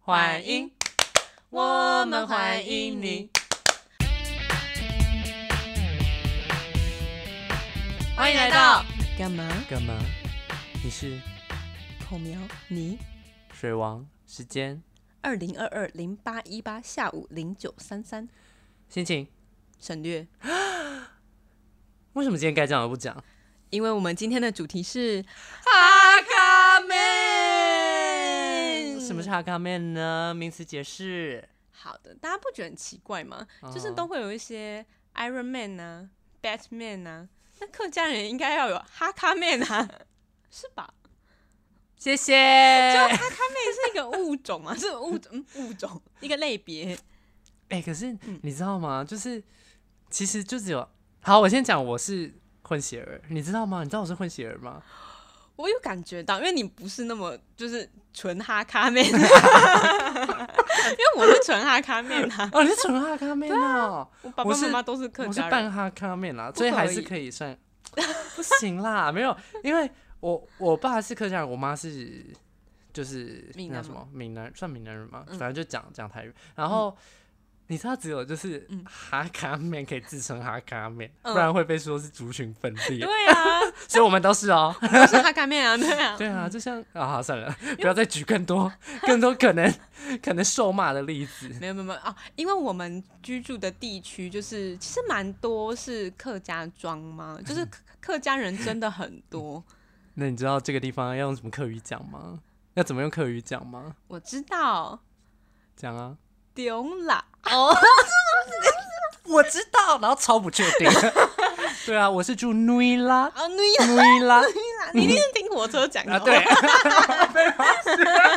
欢迎，我们欢迎你。欢迎来到干嘛？干嘛？你是口苗，你水王，时间、二零二二零八一八下午零九三三心情。省略，为什么今天该讲的不讲？因为我们今天的主题是哈卡妹，什么是哈卡妹呢？名词解释。好的，大家不觉得很奇怪吗？就是嗯都会有一些 Iron Man 啊，Batman 啊，那客家人应该要有哈卡 Man 啊， 是吧？谢谢。就哈卡 Man 是一个物种 嘛，是物种嗯物种一个类别，哎、可是嗯你知道吗？就是其实就只有好，我先讲我是混血儿，你知道吗？你知道我是混血儿吗？我有感觉到，因为你不是那么就是纯哈卡妹，因 为我是纯哈卡妹啊，哦，你是纯哈卡妹啊哦、我爸爸我是妈妈都是客我是家人，半哈卡妹啦，不所以还可是以可以算。 不行啦，没有，因为我我爸是客家人，我妈是就是闽那南什吗么闽南，算闽南人嘛，嗯反正就讲讲台语。然后、你知道，只有就是嗯哈卡妹可以自称哈卡妹，嗯不然会被说是族群分裂。对啊，所以我们都是 哦、我是哈卡妹啊，对啊， 对啊，就像啊，好算了，不要再举更多更多可能可能受骂的例子。没有没有没有啊，因为我们居住的地区就是其实蛮多是客家庄嘛，就是 客客家人真的很多。那你知道这个地方要用什么客语讲吗？要怎么用客语讲吗？我知道讲啊！丢啦哦，我知道，然后超不确定。 对啊，我是住努伊拉， 啊你啦努伊拉 你啦，你一定是听火车讲的啊，哦对，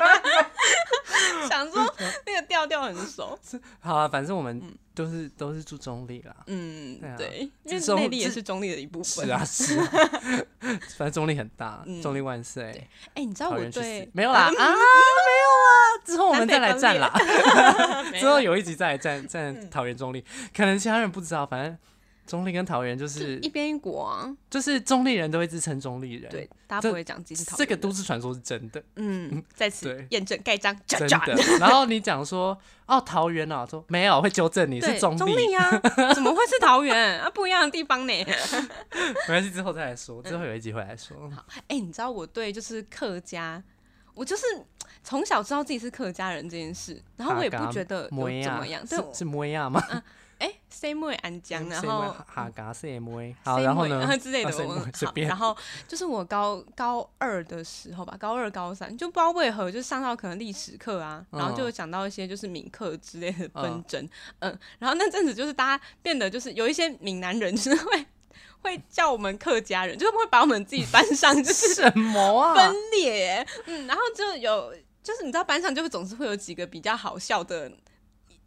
想说那个调调很熟，好啊，反正我们都是都是住中立啦。嗯对啊，对，因这为中内地也这是中立的一部分。是啊，是啊， 反正中立很大，嗯中立万岁， 哎，你知道讨我人去死对。没有 啦啊，没有啦，之后我们再来战啦。没之后有一集再来站站桃园中立，可能其他人不知道，反正中立跟桃园就是一边一国啊，就是中立人都会自称中立人，对，大家这不会讲自己是桃这园个人都市传说是真的，嗯，在此对验证盖章，真真的。然后你讲说哦桃园啊，说没有会纠正你对，是中立，立啊，怎么会是桃园啊？不一样的地方呢。没关系，之后再来说，之后有一集会来说。哎、你知道我对就是客家，我就是从小知道自己是客家人这件事，然后我也不觉得有摩怎亚么样。对啊是，是摩亚吗？哎，C 妹 安江，然是摩后亚哈嘎是 M A， C 好，然后呢 之类的，啊，C 我摩随好便然 后就是我高高二的时候吧，高二高三就不知道为何就上到可能历史课啊，嗯然后就有讲到一些就是闽客之类的嗯纷争，嗯然后那阵子就是大家变得就是有一些闽南人就是会会叫我们客家人，就是会把我们自己班上就是什么啊分？裂耶，嗯，然后就有就是你知道班上就会总是会有几个比较好笑的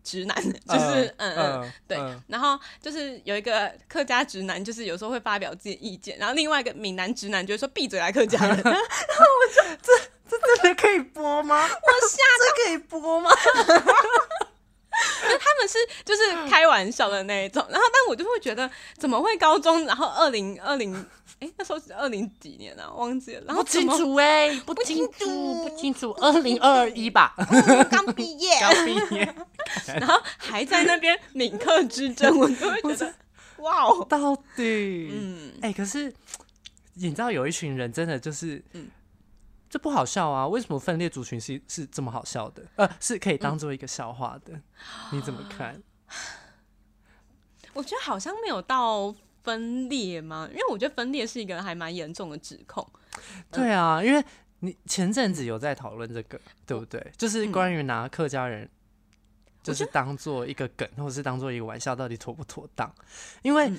直男，就是嗯嗯。对嗯然后就是有一个客家直男，就是有时候会发表自己的意见，然后另外一个闽南直男就会说闭嘴啊来客家 人，我这真的可以播 吗？吓，这可以播吗？他们是就是开玩笑的那一种，然后但我就会觉得怎么会高中，然后二零 二零，哎那时候是二零几年啊，忘记了，然后不怎清么楚哎、不清清楚，楚哦不清楚。二零二一吧， 刚毕业，刚毕业，然后还在那边闽客之 争，我就会觉得哇哦，到底，嗯哎、可是你知道有一群人真的就是，嗯这不好笑啊？为什么分裂族群是是这么好笑的？呃，是可以当做一个笑话的，你怎么看？嗯我觉得好像没有到分裂吗？因为我觉得分裂是一个还蛮严重的指控。对啊，因为你前阵子有在讨论这个，对不对？就是嗯关于拿客家人。就是当做一个梗，或者是当做一个玩笑，到底妥不妥当？因为嗯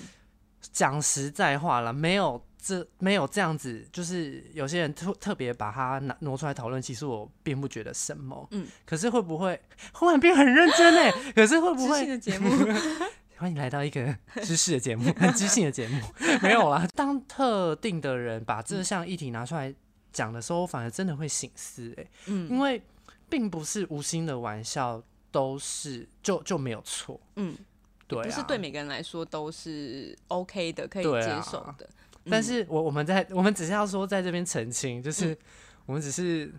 讲实在话了，没有这没有这样子，就是有些人特特别把它拿挪出来讨论，其实我并不觉得什么。嗯，可是会不会忽然变很认真呢？可是会不知会性的节目， 欢迎来到一个知识的节目，很知性的节目。没有啦，当特定的人把这项议题拿出来讲的时候，我反而真的会醒思、欸，嗯因为并不是无心的玩笑都是就就没有错，嗯，对、啊，不是对每个人来说都是 OK 的，可以对接啊受的。嗯但是我我们在我们只是要说在这边澄清，就是我们只是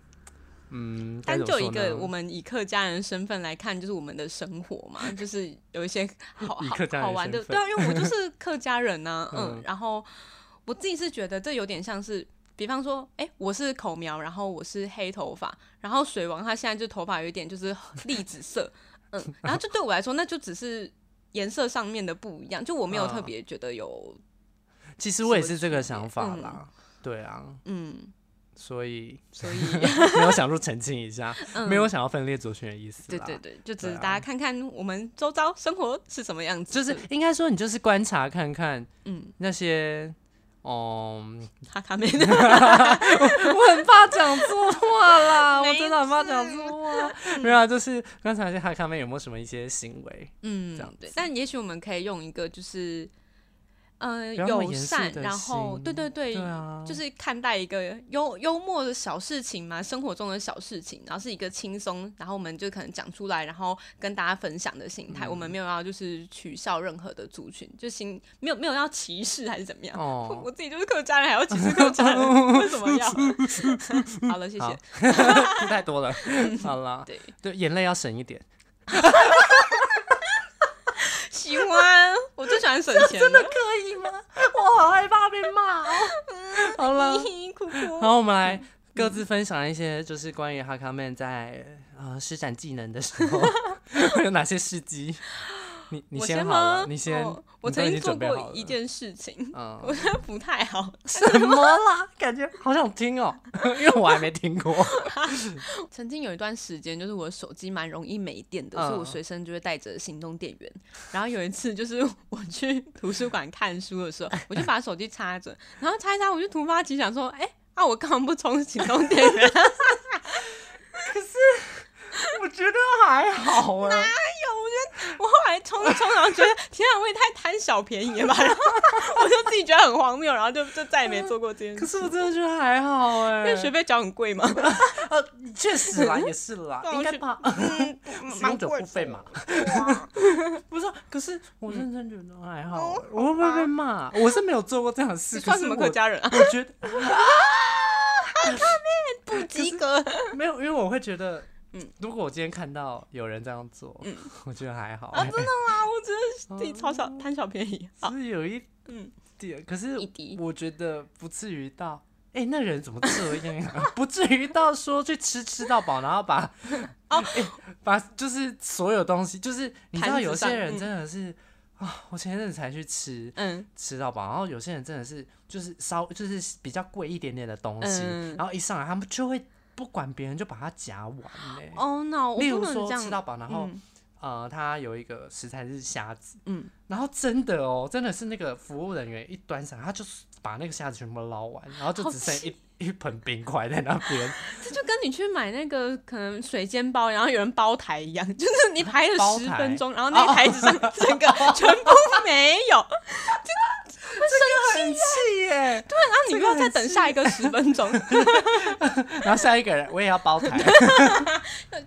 嗯，该但怎么就说一个呢我们以客家人身份来看， 就是我们的生活嘛， 就是有一些好以好客家人好玩的，身份对啊，因为我就是客家人 呐、嗯嗯，然后我自己是觉得这有点像是，比方说，哎、我是口苗，然后我是黑头发，然后水王他现在就头发有一点就是栗子色， 嗯，然后就对我来说，那就只是颜色上面的不一样，就我没有特嗯别觉得有，其实我也是什么这个区别想法嗯啦，对啊，嗯，所 以所 以没有想说澄清一下，嗯没有想要分裂族群的意思，对对。对，就只是对啊大家看看我们周遭生活是什么样子，就是应该说，你就是观察看看嗯，那些， 嗯，哈卡梅 我很怕讲错话啦，我没真的很怕讲错话。没有啊，就是观察一下哈卡妹有没有什么一些行为，嗯，这样对子。但也许我们可以用一个就是，呃，不要那么友严肃善，的然后心对对对，对啊，就是看待一个幽幽默的小事情嘛，生活中的小事情，然后是一个轻松，然后我们就可能讲出来，然后跟大家分享的心嗯态。我们没有要就是取笑任何的族群，就心没有没有要歧视还是怎么样。 我哦，我自己就是客家人，还要歧视客家人， 为什么要？ 好了，谢好谢。 พู太多了，好啦，对，嗯对，眼泪要省一点。喜欢，我最喜欢省 钱了，真的可以吗？我好害怕被骂哦。 好了，哭哭。好，我们来各自分享一些，就是关于哈卡曼在呃施展技能的时 候会有哪些事迹。你你我先好吗了，？你先哦。我你都曾已经做准备好过了一，件事情，我嗯，觉得不太好。 什么啦？感觉好想听哦， 因为我还没听过。 曾经有一段时间，就是我手机蛮容易没电的，嗯所以我随身就会带着行动电源。然后有一次，就是我去图书馆看书的时候，我就把手机插着，然后插一插，我就突发奇想说，哎、啊，我干嘛不充行动电源？ 我觉得还好哎，我后来冲一冲，然后觉得天啊，我也太贪小便宜了吧！然后我就自己觉得很荒谬，然后就就再也没做过这件 嗯可事。是我真的觉得还好因哎。为学费交很贵嘛，呃，确实啦，也是 啦，对啊应该学吧。嗯，使用蛮者贵付的费嘛。 不是啊、可是我认真觉得还好欸、我会不会被骂？我是没有做过这样的事，这嗯 算什么可客是我家人啊？我觉得不及格。没有，因为我会觉得，嗯嗯，如果我今天看到有人这样做，我觉得还好、啊，真的吗？我真的自己超小贪小便宜。 好，哎哦是有一嗯点，可是一滴我觉得不至于到。哎、那人怎么这样 啊？不至于到说去吃吃到饱，然后 把哦欸把就是所有东西，就是你知道盘子有上些人嗯真的是啊、我前阵子才去吃，嗯，吃到饱，然后有些人真的是就是稍就是比较贵一点点的东西，嗯然后一上来他们就会不管别人就把它夹完嘞、哦 no，我例不如能说这样。吃到饱，然后、嗯呃，它有一个食材是虾子， 嗯，然后真的哦，真的是那个服务人员一端上来，他就是把那个虾子全部捞完，然后就好只剩一一盆冰块在那 边，这就跟你去买那个可能水煎包，然后有人包台一样，就是你排了 包十台分钟，然后那个台子上整个 全部没有，啊很气耶！然后你又要再等下一个十分钟， 啊然后下一个人我也要包台，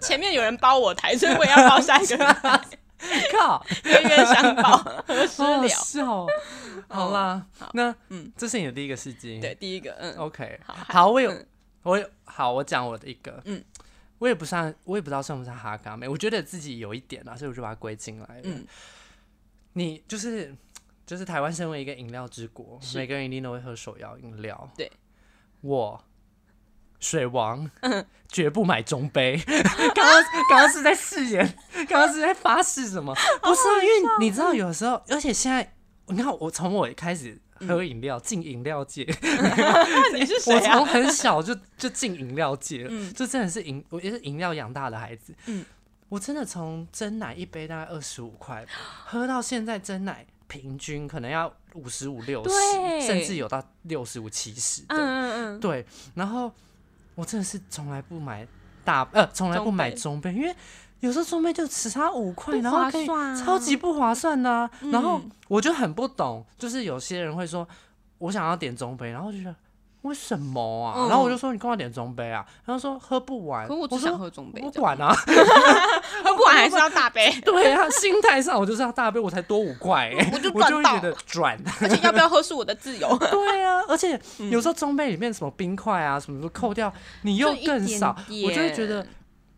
前面有人包我台，所以我也要包下 一个人台，靠！冤冤相报何时好好了？笑哦，好啦，那嗯嗯，这是你的第一个事迹，对，第一个，嗯， OK，好好，我有嗯，我有，好，我讲我的一个，嗯嗯，我也不算，我也不知道算不算哈嘎妹，我觉得自己有一点啊，所以我就把它归进来了。嗯你就是就是台湾身为一个饮料之国，是每个人一定都会喝手摇饮料。对，我水 王、嗯绝不买中杯。 刚刚刚刚是在誓言，刚刚是在发誓什么？不是啊，因为你哦知道有时候，而且现在你看我从我开始喝嗯饮料，进饮料界，那 你是谁我啊从？很小就 就进饮料界了，就真的是饮，我也是饮料养大的孩子。嗯我真的从真奶一杯大概二十五块吧，喝到现在真奶平均可能要五十五六十，对甚至有到六十五七十嗯的。嗯嗯，对，然后我真的是从来不买大呃，从来不买中杯，因为有时候中杯就只差五块，不然后可以划算啊超级不划算的啊、然后嗯我就很不懂，就是有些人会说我想要点中杯，然后我就觉得。为什么啊？嗯然后我就说你干嘛点中杯啊？然后说喝不完。可我只说想喝中杯我不这样管啊。 喝不完还是要大杯。对啊，心态上我就是要大杯，我才多五块、欸，我就我就会赚到觉得赚。而且要不要喝是我的自 由。对啊，而且嗯有时候中杯里面什么冰块啊，什么都扣掉，你又就一更点少，我就会觉点得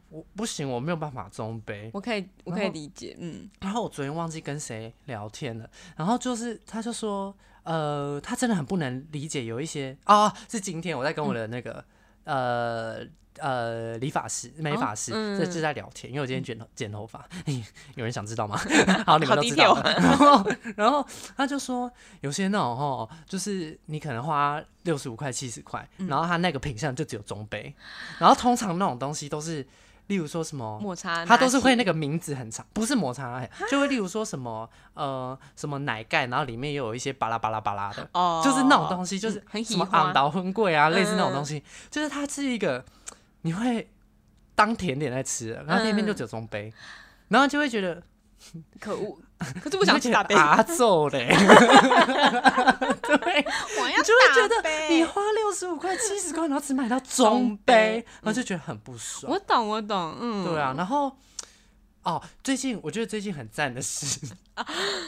我不行，我没有办法中杯。我可以，我可然以后理解，嗯，然后我昨天忘记跟谁聊天了，然后就是他就说，呃，他真的很不能理解有一些啊，是今天我在跟我的那个、呃呃理发师、美发师嗯在正在聊天，因为我今天剪头剪头发， 有人想知道 吗？好，你们好都知道了。 然后然后他就说，有些那种哈，就是你可能花六十五块、七十块，嗯然后他那个品相就只有中杯，然后通常那种东西都是，例如说什么抹茶它哦都是会那个个名字很长，不是抹茶奶，就会例如说什么呃什么奶盖，然后里面也有一些巴拉巴拉巴拉的，哦，就是那种东西，就是嗯很什么喜欢昂岛婚贵啊，类似那种嗯东西，就是它是一个你会当甜点在吃的，然后那嗯边就只有中杯，然后就会觉 得可 恶，可是我想吃大杯，阿啊揍 嘞，对。我要你就会觉大得杯你花六十五块、七十块，然后只买到中中杯杯，嗯然后就觉得很不爽。我懂，我懂，嗯，对啊，然后哦，最近我觉得最近很赞的是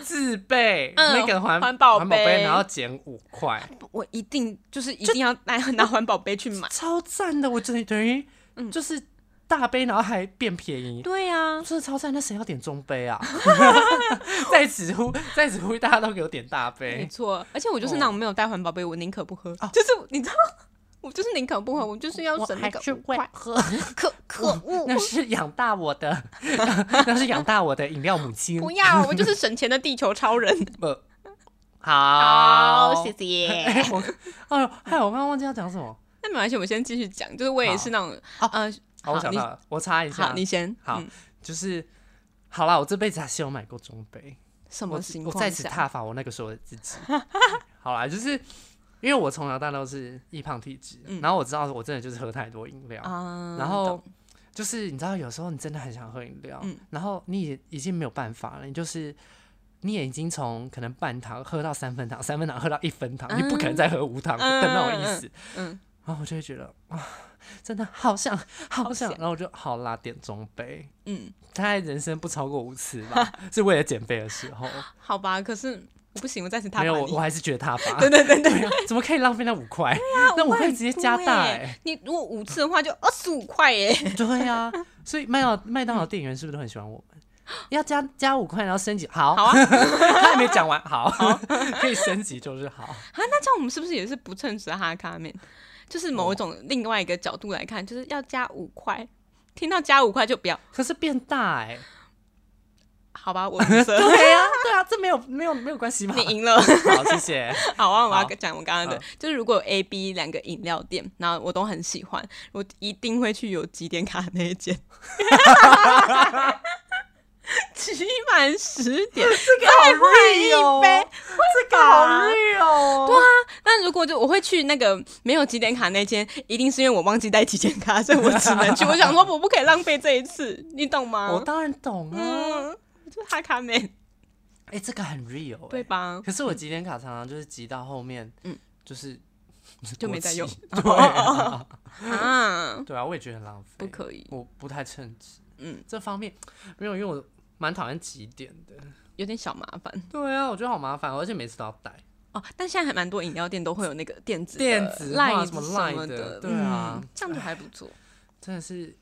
自备、嗯那个环环保环保杯，杯然后减五块，我一定就是一定要 拿拿环保杯去买，超赞的！我等于等于嗯就是大杯，然后还变便宜。对啊呀，真的超赞，那谁要点中杯啊？ 在此呼，在此呼吁大家都给我点大没杯。错，而且我哦就是那种没有带环保杯，我宁可不喝，就是你知道。我就是宁可不喝，我就是要我省那还个是五会块喝，可可恶！那是养大我的， 那是养大我的饮料母亲。不要，我就是省钱的地球超人。呃， 好，谢 谢。 哎、我，哎呦，害我刚刚忘记要讲什么。那没关系，我们先继续讲。就是我也是那种，好哦呃，好，我想你到了，我查一下。好，你先。好嗯就是好啦，我这辈子还是有买过中杯。什我么情我况下？再次挞伐我那个时候的自己。 好啦，就是因为我从小到大都是易胖体质，然后我知道我真的就是喝太多饮料，嗯啊，然懂嗯后就是你知道有时候你真的很想喝饮料，然后你也已经没有办法了，你就是。你也已经从可能半糖喝到三分糖，三分糖喝到一分糖，你不可能再喝无糖的嗯那种意思。啊嗯然后我就会觉得啊，真的好想好好想，想然后我就好啦，点中杯。嗯，大概人生不超过五次 吧，是为了减肥的时候。好吧，可是我不行，我再次踏没有，板我你我。还是觉得他吧。对 对对对，对啊，怎么可以浪费那五块？那五块直接加大哎、你如果五次的话，就二十五块欸 耶。对啊，所以麦当麦当劳店员是不是都很喜欢我们？要加加五块，然后升级好，好啊， 他还没讲完，好， 可以升级就是好。啊，那这样我们是不是也是不称职的哈卡面？就是哦某一种另外一个角度来看，就是要加五块，听到加五块就不要，可是变大哎、好吧，我不 说，对啊，对啊，这没有没有没有关系吧你？赢了。 好，谢谢。 好啊，我要好讲我刚刚的嗯，就是如果有 A、B 两个饮料店，然后我都很喜欢，我一定会去有几点卡那一间。 起满十点，这个好 real，哦一杯这个好 real 哦。对那如果就我会去那个没有几点卡那间，一定是因为我忘记带几点卡，所以我只能去。我想说，我不可以浪费这一次， 你懂吗？我当然懂啊。嗯，就哈 卡妹，哎、这个很 real，、欸、对吧？可是我集点卡常常就是集到后面，嗯嗯，就是就没再用过期对啊， 啊，对啊，我也觉得很浪费，不可以，我不太称职。嗯嗯，这方面没有，因为我蛮讨厌集点的。有点小麻烦对啊，我觉得好麻烦，而且每次都要带哦。但现在还蛮多饮料店都会有那个电子的电子化 Line 什什么 Line 么的的，对啊嗯，这样就还不 错。真的是，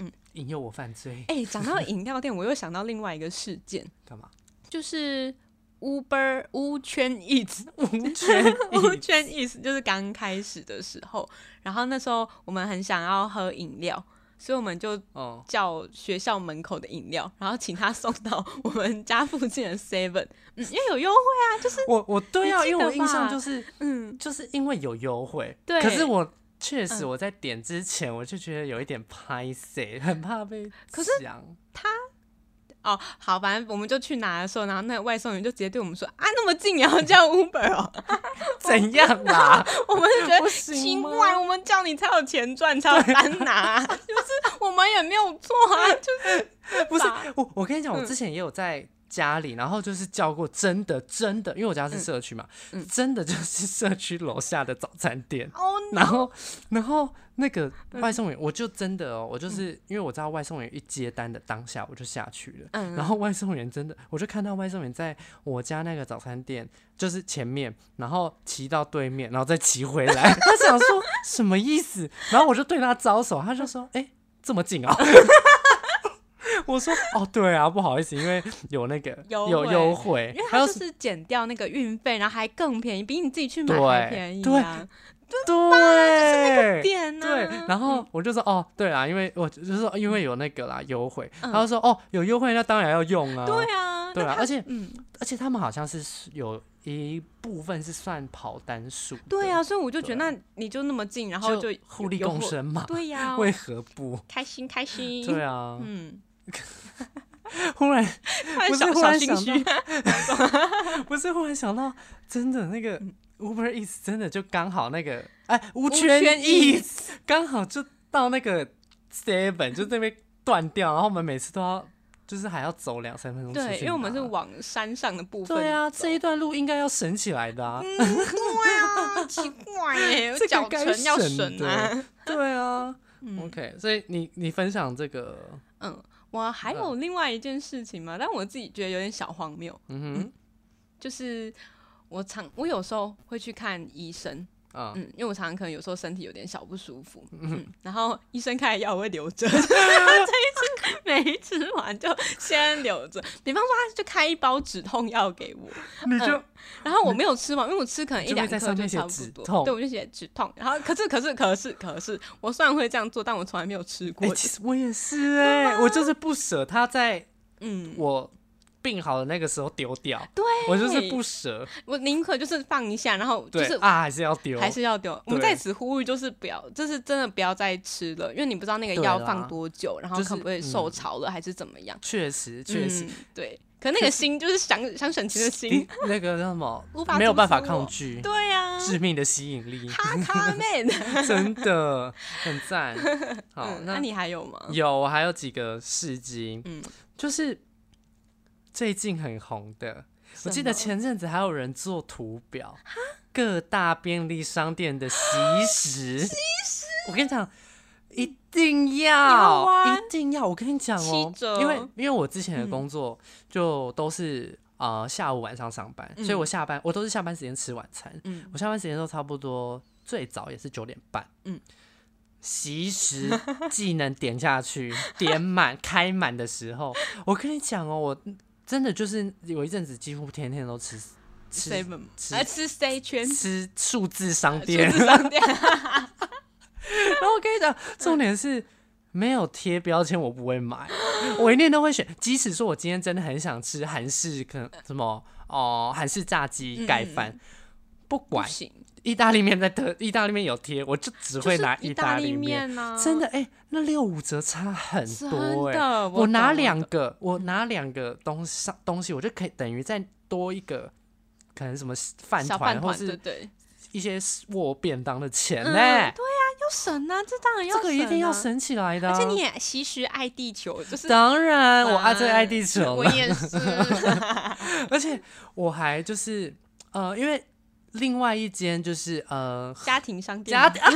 嗯，引诱我犯罪哎，讲到饮料店，我又想到另外一个事件，干 嘛？就是 Uber 乌圈 Eats 无权 乌圈 Eats 就是刚开始的时候，然后那时候我们很想要喝饮料，所以我们就哦，叫学校门口的饮料，然后请他送到我们家附近的 Seven，嗯，因为有优惠，我我对啊，你记因为我得印象吧就是嗯，就是因为有优惠，对嗯可是我。确实，我在点之前我就觉得有一点拍谁，很怕被可是讲。 哦，好，反正我们就去拿的时候，然后那个外送员就直接对我们说啊，那么近也要叫 Uber 哦，怎样啦？我们就觉不得行吗奇怪，我们叫你才有钱赚，才有单拿 啊，就是我们也没有错啊，就是不是吧我，我跟你讲，我之前也有在家里，然后就是叫过真的真的，因为我家是社区嘛，真的就是社区楼下的早餐店。哦，然后，然后那个外送员，我就真的哦，我就是因为我知道外送员一接单的当下，我就下去了。嗯然后外送员真的，我就看到外送员在我家那个早餐店，就是前面，然后骑到对面，然后再骑回来。 他想说什么意思？然后我就对他招手，他就说：“哎、这么近啊、 我说：“哦，对啊，不好意思，因为有那个优有惠优惠因为，还它有就什是减掉那个运费，然后还更便宜，比你自己去买还便宜啊！对店啊嗯呢、对，然后我就说哦，对啦，因为我就是说因为有那个啦优惠，他就说哦有优惠，那当然要用啊。嗯对啊，对那啊，它而且嗯，而且他们好像是有一部分是算跑单数。对啊，，所以我就觉得，对那你就那么近，然后就就互利有共货。生嘛，对呀、 为何不？开心开心。对啊，嗯，忽然突然不是小忽小然心想虚，不是忽然想到，真的那个嗯 Uber Eats 真的就刚好那个哎无圈 Eats 刚好就到那个 Seven 就那边断掉，然后我们每次都要就是还要走两三分钟出去拿。对，因为我们是往山上的部分。嗯对啊，这一段路应该要省起来的啊，对啊，奇怪 耶这脚个该程要省省啊。的。对啊，OK，所以你你分享这个，嗯，我还有另外一件事情嘛，但我自己觉得有点小荒谬，嗯就是我常我有时候会去看医生，哼啊，嗯，因为我常常可能有时候身体有点小不舒服，嗯，然后医生开的药我会留 着，这一次没吃完就先留着。比方说，他就开一包止痛药给我，你就嗯然后我没有吃完，因为我吃可能一就会两在颗上面写差不止多，痛对，我就写止痛。然后可是可是可是可是，我虽然会这样做，但我从来没有吃过啊哎，，其实我也是哎，我就是不舍他在嗯，我病好的那个时候丢掉，对我就是不舍，我宁可就是放一下，然后就对、是啊，还是要丢，还是要丢。我们对在此呼吁，就是不要，就是真的不要再吃了，因为你不知道那个对药啦放多久，然后就是可不会受潮了，还是怎么样。确实确实嗯，对。可那个心就是想想省钱的心你，那个叫什么无法没有阻办法止抗我拒，对啊呀、致命的吸引 力，哈卡妹，真的很 赞。 好，嗯那那你还有吗？有我还有几个事迹，嗯就是最近很红的，我记得什前阵子还有人做图表，各大便利商店的习食，习食，我跟你讲。一定要要，啊一定要！我跟你讲哦七折，嗯因为因为我之前的工作就都是、呃下午晚上上班，所以我下班我都是下班时间吃晚餐，嗯我下班时间都差不多最早也是九点半，嗯嗯，习时技能点下去，点满开满的时候， 我跟你讲哦，我真的就是有一阵子几乎天天都吃吃 seven 吃来吃 C 圈， 吃数字商店，数字商店，然 后我跟你讲，重点是没有贴标签，我不会买，我一定都会选。即使说我今天真的很想吃韩式，可能什么哦，韩式炸鸡盖嗯饭，不不管 行，意大利面在特意大利面有贴，我就只就会是拿意大利利。面啊呢、真的哎、那六五折差很真多哎、的，我懂拿我两懂个，我拿两个东西上东西，我就可以等于再多一个，可能什么饭小团或团，对是对，一些握便当的钱嗯呢、要省啊，这当然要、这省个一定要啊。省起来的、而且你。也其实爱地球，就是当然，我啊爱最爱地球我了，也是， 而且我还就是呃，因为另外一间就是呃家 庭商店家吗，啊对家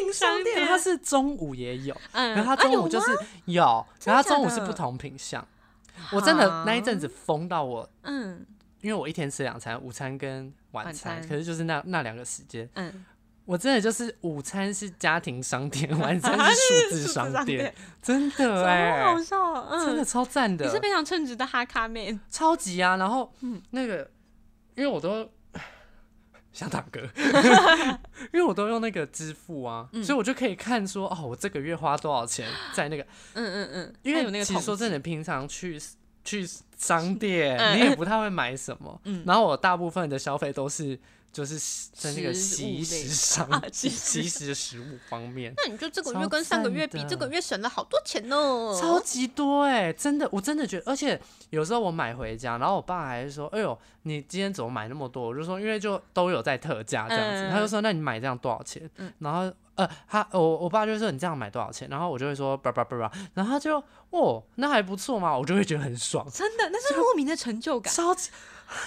庭商商店，店它是中午也有，嗯，然后他啊中午有就吗是有，真然后他假中午是的不同品相。我真的那一阵哈子疯到我，嗯因为我一天吃两餐，午餐跟晚晚餐，餐可是就是那那两个时间，嗯，我真的就是午餐是家庭商店，晚 餐啊是数是字数字商商店店，真的哎、好好笑哦，嗯，真的超赞你是嗯的，非常称职的哈卡妹，嗯超级啊！然后那个，因为我都想打嗝， 因为我都用那个支付啊，嗯所以我就可以看说哦，我这个月花多少钱在那个嗯嗯嗯，因它有为那个其实说真的，平常去 s- 去商店，嗯你也不太会买什么。然后我大部分的消费都是就是在那个食习物类食的商 啊即即食即食食物方面，那你就这个超月跟上个月比赞，的这个月省了好多钱哦，超级多哎、真的，我真的觉得，而且有时候我买回家，然后我爸还是说：“哎呦，你今天怎么买那么多？”我就说：“因为就都有在特价这样子。嗯他就说：“那你买这样多少钱？”然后呃，他我我爸就说你这样买多少钱，然后我就会说叭叭叭叭，然后他就哦那还不错嘛，我就会觉得很爽，真的，那是莫名的成就感。超 级，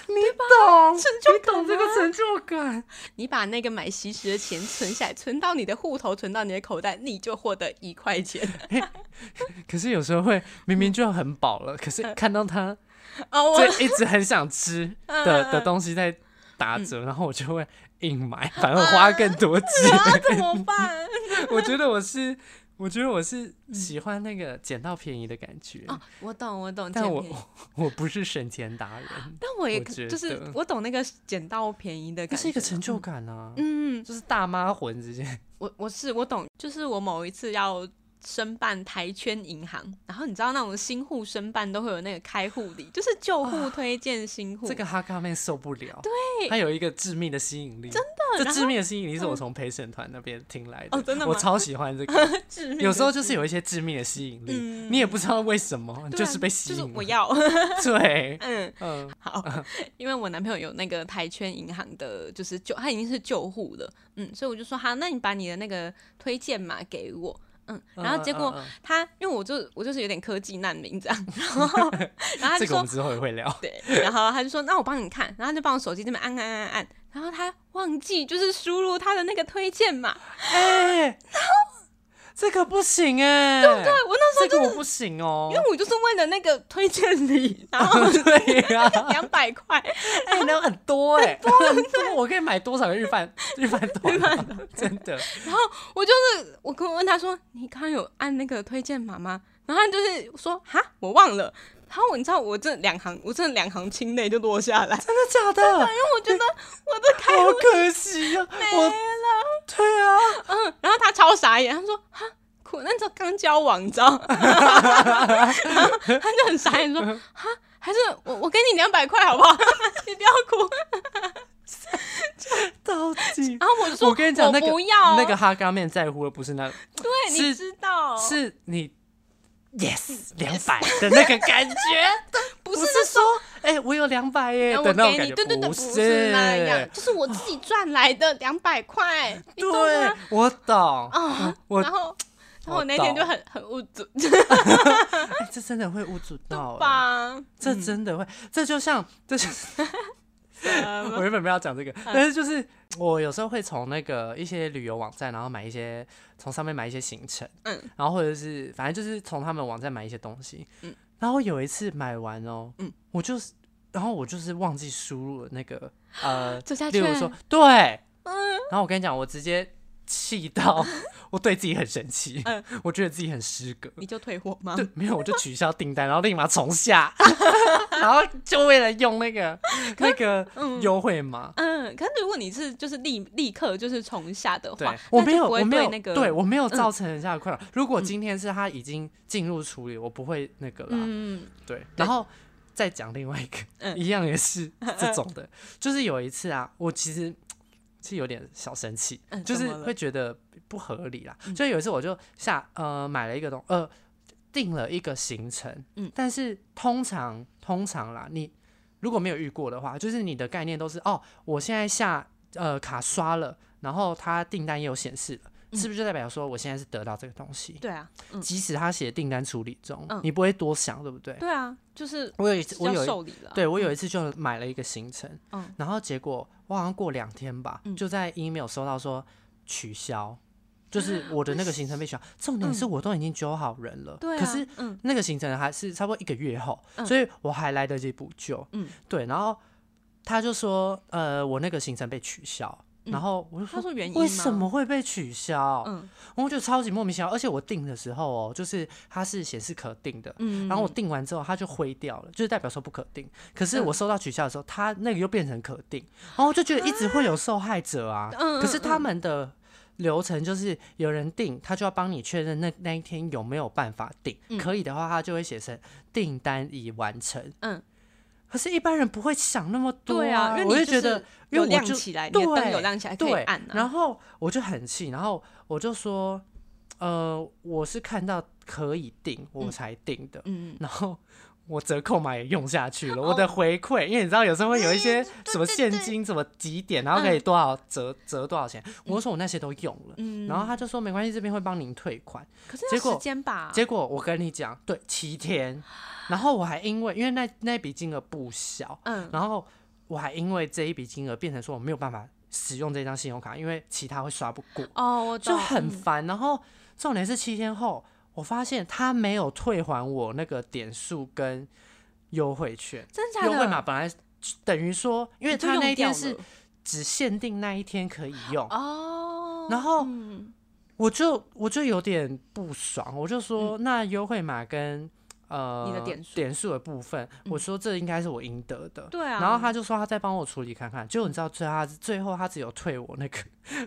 你懂，成就啊你懂这个成就感，你把那个买西施的钱存下来，存到你的户头，存到你的口袋，你就获得一块钱。 可是有时候会明明就很饱嗯了，可是看到他哦，我这一直很想 吃嗯的的东西在打折，然后我就会硬买，反而花更 啊多钱。要怎么办？ 我觉得我是，我觉得我是喜欢那个捡到便宜的感觉， 嗯哦，我懂，我懂，但捡我便宜 我不是省钱达人，但我也我可觉就是得我懂那个捡到便宜的这感觉，是一个成就感啊，嗯，就是大妈魂之间。我我是我懂，就是我某一次要申办台圈银行，然后你知道那种新户申办都会有那个开户礼，就是旧户推荐新户，啊这个哈卡妹受不了，对，它有一个致命的吸引力，真的这致命的吸引力是我从陪审团那边听来的，嗯哦真的吗我超喜欢这 个，致命有时候的就是有一些致命的吸引力，你也不知道为什么，你嗯对就啊是被吸就是引我了，要， 对，嗯，嗯，好，因为我男朋友有那个台圈银行的，就是旧，他已经是旧户了，嗯，所以我就说好，那你把你的那个推荐码给我。嗯，然后结果嗯嗯嗯他，因为我就我就是有点科技难民这样，然后然后他这个就我说们之后也会聊， 对，然后他就说那我帮你看，然后他就帮我手机这边按按按按，然后他忘记就是输入他的那个推荐码，哎，这个不行哎，对不对对啊我那时候这个我不行哦因，为我就是为了那个推荐礼，然后 对呀，两百块，哎，那很多 哎，很多，我可以买多少个日饭日饭团啊？真的，我就是我跟我问他说，你刚刚有按那个推荐码吗？然后他就是说哈，我忘了。然后你知道我这两行，我这两行清泪就落下来，因真的假的？为我觉得我的开好可惜呀、 没我了。对啊，嗯，然后他超傻眼，他说哈。苦，那时候刚交往，你知道？ 然后他就很傻眼说：“哈，还是我我给你两百块好不好？ 你不要哭。到底”然后啊我就说：“我跟你讲，那个不要哦那个哈嘎面在乎的不是那，对，你是知道是你 yes 两百的那个感觉，嗯 不不是是说哎、我有两百耶然后的我那种给感你，觉，对对对，不是哦是那样，就是我自己赚来的两百块，你懂对吗？，我懂，啊，我然后，然后我我那天就懂很很无助，哎、这真的会无助到、哎 吧？这真的会，这就像这就是 呃我原本没有要讲这个，但是就是我有时候会从那个一些旅游网站，然后买一些从上面买一些行程，嗯，然后或者是反正就是从他们网站买一些东西，嗯，然后有一次买完哦，嗯，，我就是，然后我就是忘记输入了那个呃周家例如券说对，嗯，然后我跟你讲，我直接气 到我对自己很生气，嗯我觉得自己很失格，你就退货吗？对，没有，我就取消订单，然后立马重下， 然后就为了用那 个那个优惠码。嗯，可是如果你是就是立立刻就是重下的对话，我那没就有，不会我没对有，那个嗯对我没有造成人家的困扰。如果今天是他已经进入处理，我不会那个啦。嗯对，然后再讲另外一个，嗯一样也 是这种的，就是有一次啊，我其实是有点小生气，嗯就是怎么了嗯会觉得不合理啦。就有一次我就下呃买了一个东呃订了一个行程，嗯但是通常通常啦，你如果没有遇过的话，就是你的概念都是哦，我现在下呃卡刷了，然后它订单也有显示了。是不是就代表说我现在是得到这个东西？对啊，嗯即使他写订单处理中，嗯你不会多想，对不对？对啊，就是我有一次，我要有一受理了，对我有一次就买了一个行程，嗯然后结果我好像过两天吧，就在 email 收到说取消，啊就是我的那个行程被取消。重点是我都已经揪好人了，嗯对啊，可是嗯那个行程还是差不多一个月后，所以我还来得及补救。嗯，对，然后他就说，呃，我那个行程被取消。然后我就嗯他说原因为吗什么会被取消？嗯我就超级莫名其妙。而且我订的时候哦，就是它是显示可订的，嗯，嗯然后我订完之后，它就灰掉了，就是代表说不可订。可是我收到取消的时候，它那个又变成可订，然后我就觉得一直会有受害者啊。嗯可是嗯他们的流程就是有人订，他就要帮你确认那那一天有没有办法订，嗯可以的话，他就会写成订单已完成。嗯，可是，一般人不会想那么多、对啊，因为我你觉得是，因有为我亮就起来，你对的灯有亮起来可以对，按啊，然后我就很气，然后我就说，呃，我是看到可以订我才订的，嗯然后我折扣码也用下去了，我的回馈，因为你知道有时候会有一些什么现金、什么几点，然后可以多少折折多少钱，我就说我那些都用了，嗯然后他就说没关系，这边会帮您退款。可是要结果时间吧，结果我跟你讲，对，七天，然后我还因为因为那那笔金额不小，嗯，然后我还因为这一笔金额变成说我没有办法使用这张信用卡，因为其他会刷不过，哦，我就懂很嗯烦。然后重点是七天后，我发现他没有退还我那个点数跟优惠券，真假优惠的码本来等于说，因为你就他用那一天掉是了只限定那一天可以用，哦，然后嗯我就我就有点不爽，我就说、那优惠码跟呃嗯你的点数嗯点数的部分，我说这应该是我应得的。对啊，然后他就说他再帮我处理看看，结果你知道最后他最后他只有退我那个，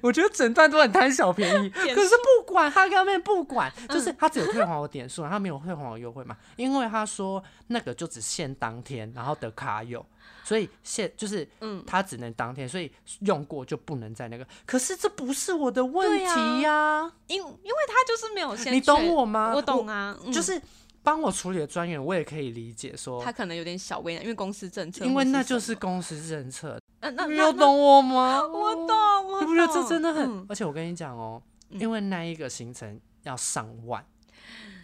我觉得整段都很贪小便宜，可点嗯是不管他根本不管，就是他只有退还我点数，他没有退还我优惠嘛，因为他说那个就只限当天，然后的卡友，所以限就是嗯他只能当天，所以用过就不能再那个。可是这不是我的问对啊题呀、因因为他就是没有先你懂确我吗？我懂啊，嗯就是帮我处理的专员，我也可以理解说他，可能有点小为难，因为公司政策或什么，因为那就是公司政策，呃 那你那有那懂我吗？我懂，我你不觉得这真的很？嗯而且我跟你讲哦、因为那一个行程要上万，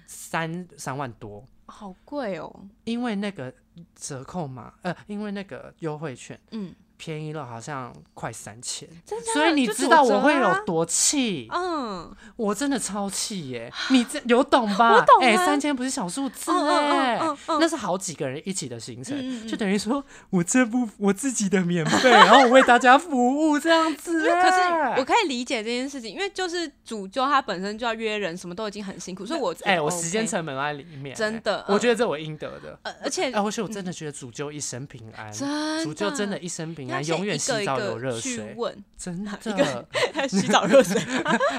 三三万多，好贵哦？因为那个折扣码，呃，因为那个优惠券嗯，便宜了，好像快三千。真的啊所以你就知道九折我会有啊多气，嗯，我真的超气 耶！你这有懂吧？我懂哎、啊三千不是小数字嗯嗯哎、嗯嗯嗯那是好几个人一起的行程，嗯嗯嗯就等于说我这部我自己的免 费，然后我为大家服务这样子、可是哎我可以理解这件事情，因为就是主教他本身就要约人，什么都已经很辛苦，所以我觉得哎、我 OK 时间成本在里面、真的嗯哎我觉得这我应得的。呃，而且哎、而且我真的觉得主舅一生平安，真主舅真的的一生平你要安，先永远一个洗一澡有个热去水，问，真一个 的。洗澡热 水，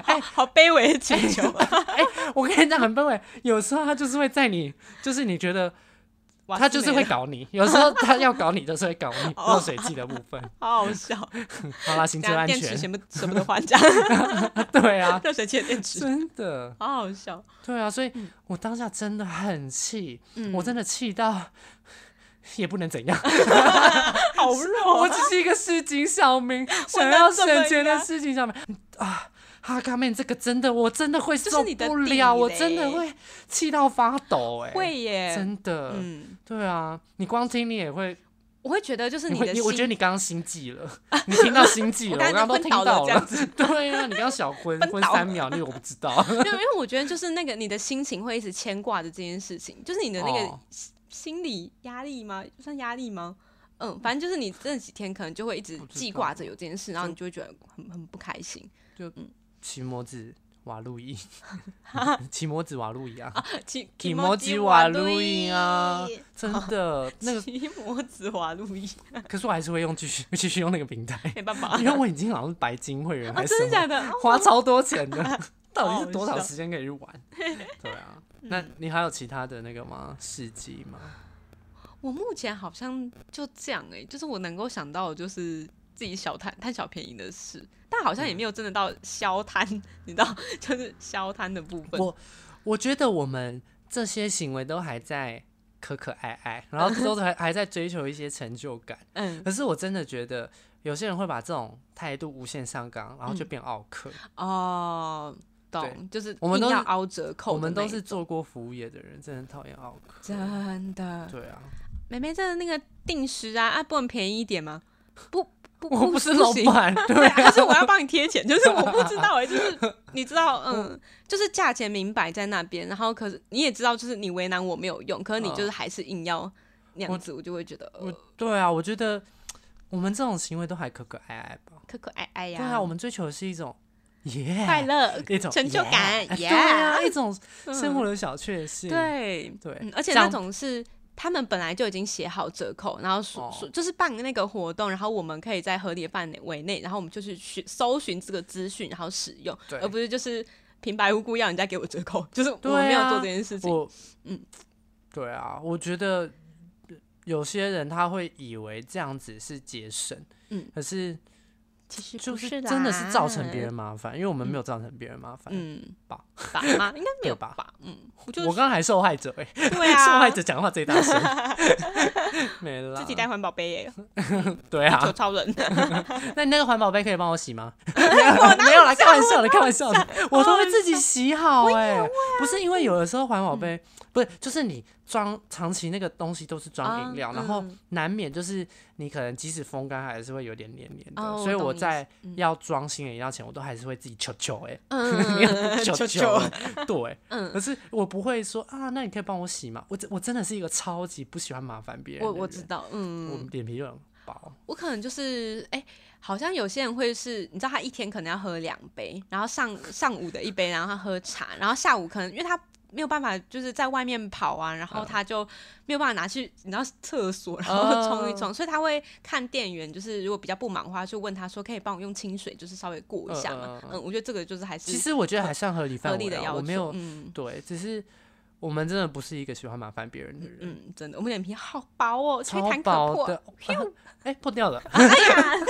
哎，好卑微的请求，啊 我跟你讲很卑微，有时候他就是会在你，就是你觉得哇他就是没会了搞你，有时候他要搞你就是会搞你 哦热水器的部分。好好笑， 好啦，行这车样安电池全，什么 什么都换这样， 对啊，热水器的电池，真的，好好笑，对啊，所以我当下真的很气，嗯我真的气到也不能怎 样，好弱我啊，只是一个市井小 民，想能要怎么省钱的样市井小民啊。哈卡妹，这个真的，我真的会是受你的不地了，我真的雷会气到发抖、哎，会耶，真的，嗯，对啊，你光听你也会，我会觉得就是你你的会，你我觉得心你刚刚心悸了，你听到心悸了， 我我刚刚刚刚都昏听倒了到 这样对啊，你刚刚小昏昏昏倒三秒，那个我不知道。 没有，因为我觉得就是那个你的心情会一直牵挂着这件事情，就是你的那个哦心心理压力吗？算压力吗？嗯，反正就是你这几天可能就会一直不知道记挂着有这件事，然后就你就会觉得很很不开心。奇摩子瓦路 易，奇摩子瓦路易啊，奇奇摩子瓦路易啊， 真的那个，奇摩子瓦路 易，可是我还是会用继续继续用那个平 台，没办法因为我已经好像是白金会员啊，还是什真么，的假的？哦花超多钱的，到底好是多少笑嗯时间可以去 玩？对啊，那你还有其他的那个吗？事迹吗？我目前好像就这样哎、就是我能够想到的就是自己小贪贪小便宜的事，但好像嗯也没有真的到消贪， 你知道，就是消贪的部分。我我觉得我们这些行为都还在可可爱爱，然后都还还在追求一些成就感。嗯，可是我真的觉得有些人会把这种态度无限上纲，然后就变傲 客。哦，懂，就是我们硬都要是凹折扣我的那们一，都是做过服务业的人，真的很讨厌傲客。真的。对啊，妹妹真的那个定时啊，啊，不能便宜一点吗？不不，我不不是老行 板，对对啊，啊但，是我要帮你贴钱，就是我不知道哎、就是你知道，嗯，就是价钱明摆在那边，然后可是你也知道，就是你为难我没有用，可是你就是还是硬要那样子，我就会觉得、嗯我呃、 对啊，我觉得我们这种行为都还可可爱爱吧。可可爱爱呀、对啊，我们哎追求的是一种耶快乐一种成就 yeah，感哎对耶啊，一种 生嗯活的小确幸。对。对嗯，而且像那种是他们本来就已经写好折扣，然后说哦说就是办那个活动，然后我们可以在合理的范围内，然后我们就去去搜寻这个资讯，然后使用，对而不是就是平白无故要人家给我折扣，就是我对没有啊做这件事情。我嗯，对啊，我觉得有些人他会以为这样子是节省，嗯，可是其实就不是是真的是啦造成别人麻烦，因为我们没有造成别人麻烦。嗯吧吧吗？ 应该没对有吧吧？嗯， 我就我刚刚还受害者哎、对 啊，受害者讲话最 大声，没了啦。自己带环保杯耶，啊对手啊，超人。 那你那个环保杯可以帮我洗吗？没有啦，开玩笑的，开玩笑的，我都会自己洗好哎、啊不是因为有的时候环保杯、嗯不是，就是你装长期那个东西都是装饮料，啊然后嗯难免就是你可能即使风干还是会有点黏黏的，哦我所以懂我意思在要装新的饮料前，我都还是会自己求求哎、 嗯，球球球球，对，嗯可是我不会说啊，那你可以帮我洗吗？我真我真的是一个超级不喜欢麻烦别人我的我人知道，我嗯，脸皮就很薄，我可能就是，哎、好像有些人会是，你知道他一天可能要喝两杯，然后上上午的一杯，然后他喝茶，然后下午可能因为他。没有办法，就是在外面跑啊，然嗯后他就没有办法拿去，你知道厕所，然后哦冲一冲，所以他会看店员，就是如果比较不忙的话，就问他说可以帮我用清水，就是稍微过一下嘛嗯。嗯嗯嗯，我觉得这个就是还是其实我觉得还算合理范合围理的啊，要我求。没有嗯对，只是我们真的不是一个喜欢麻烦别人的人，嗯，真的，我们脸皮好薄哦，吹超弹可薄破，的， 哎，破掉了， 哦咦哦缝缝起来，缝起来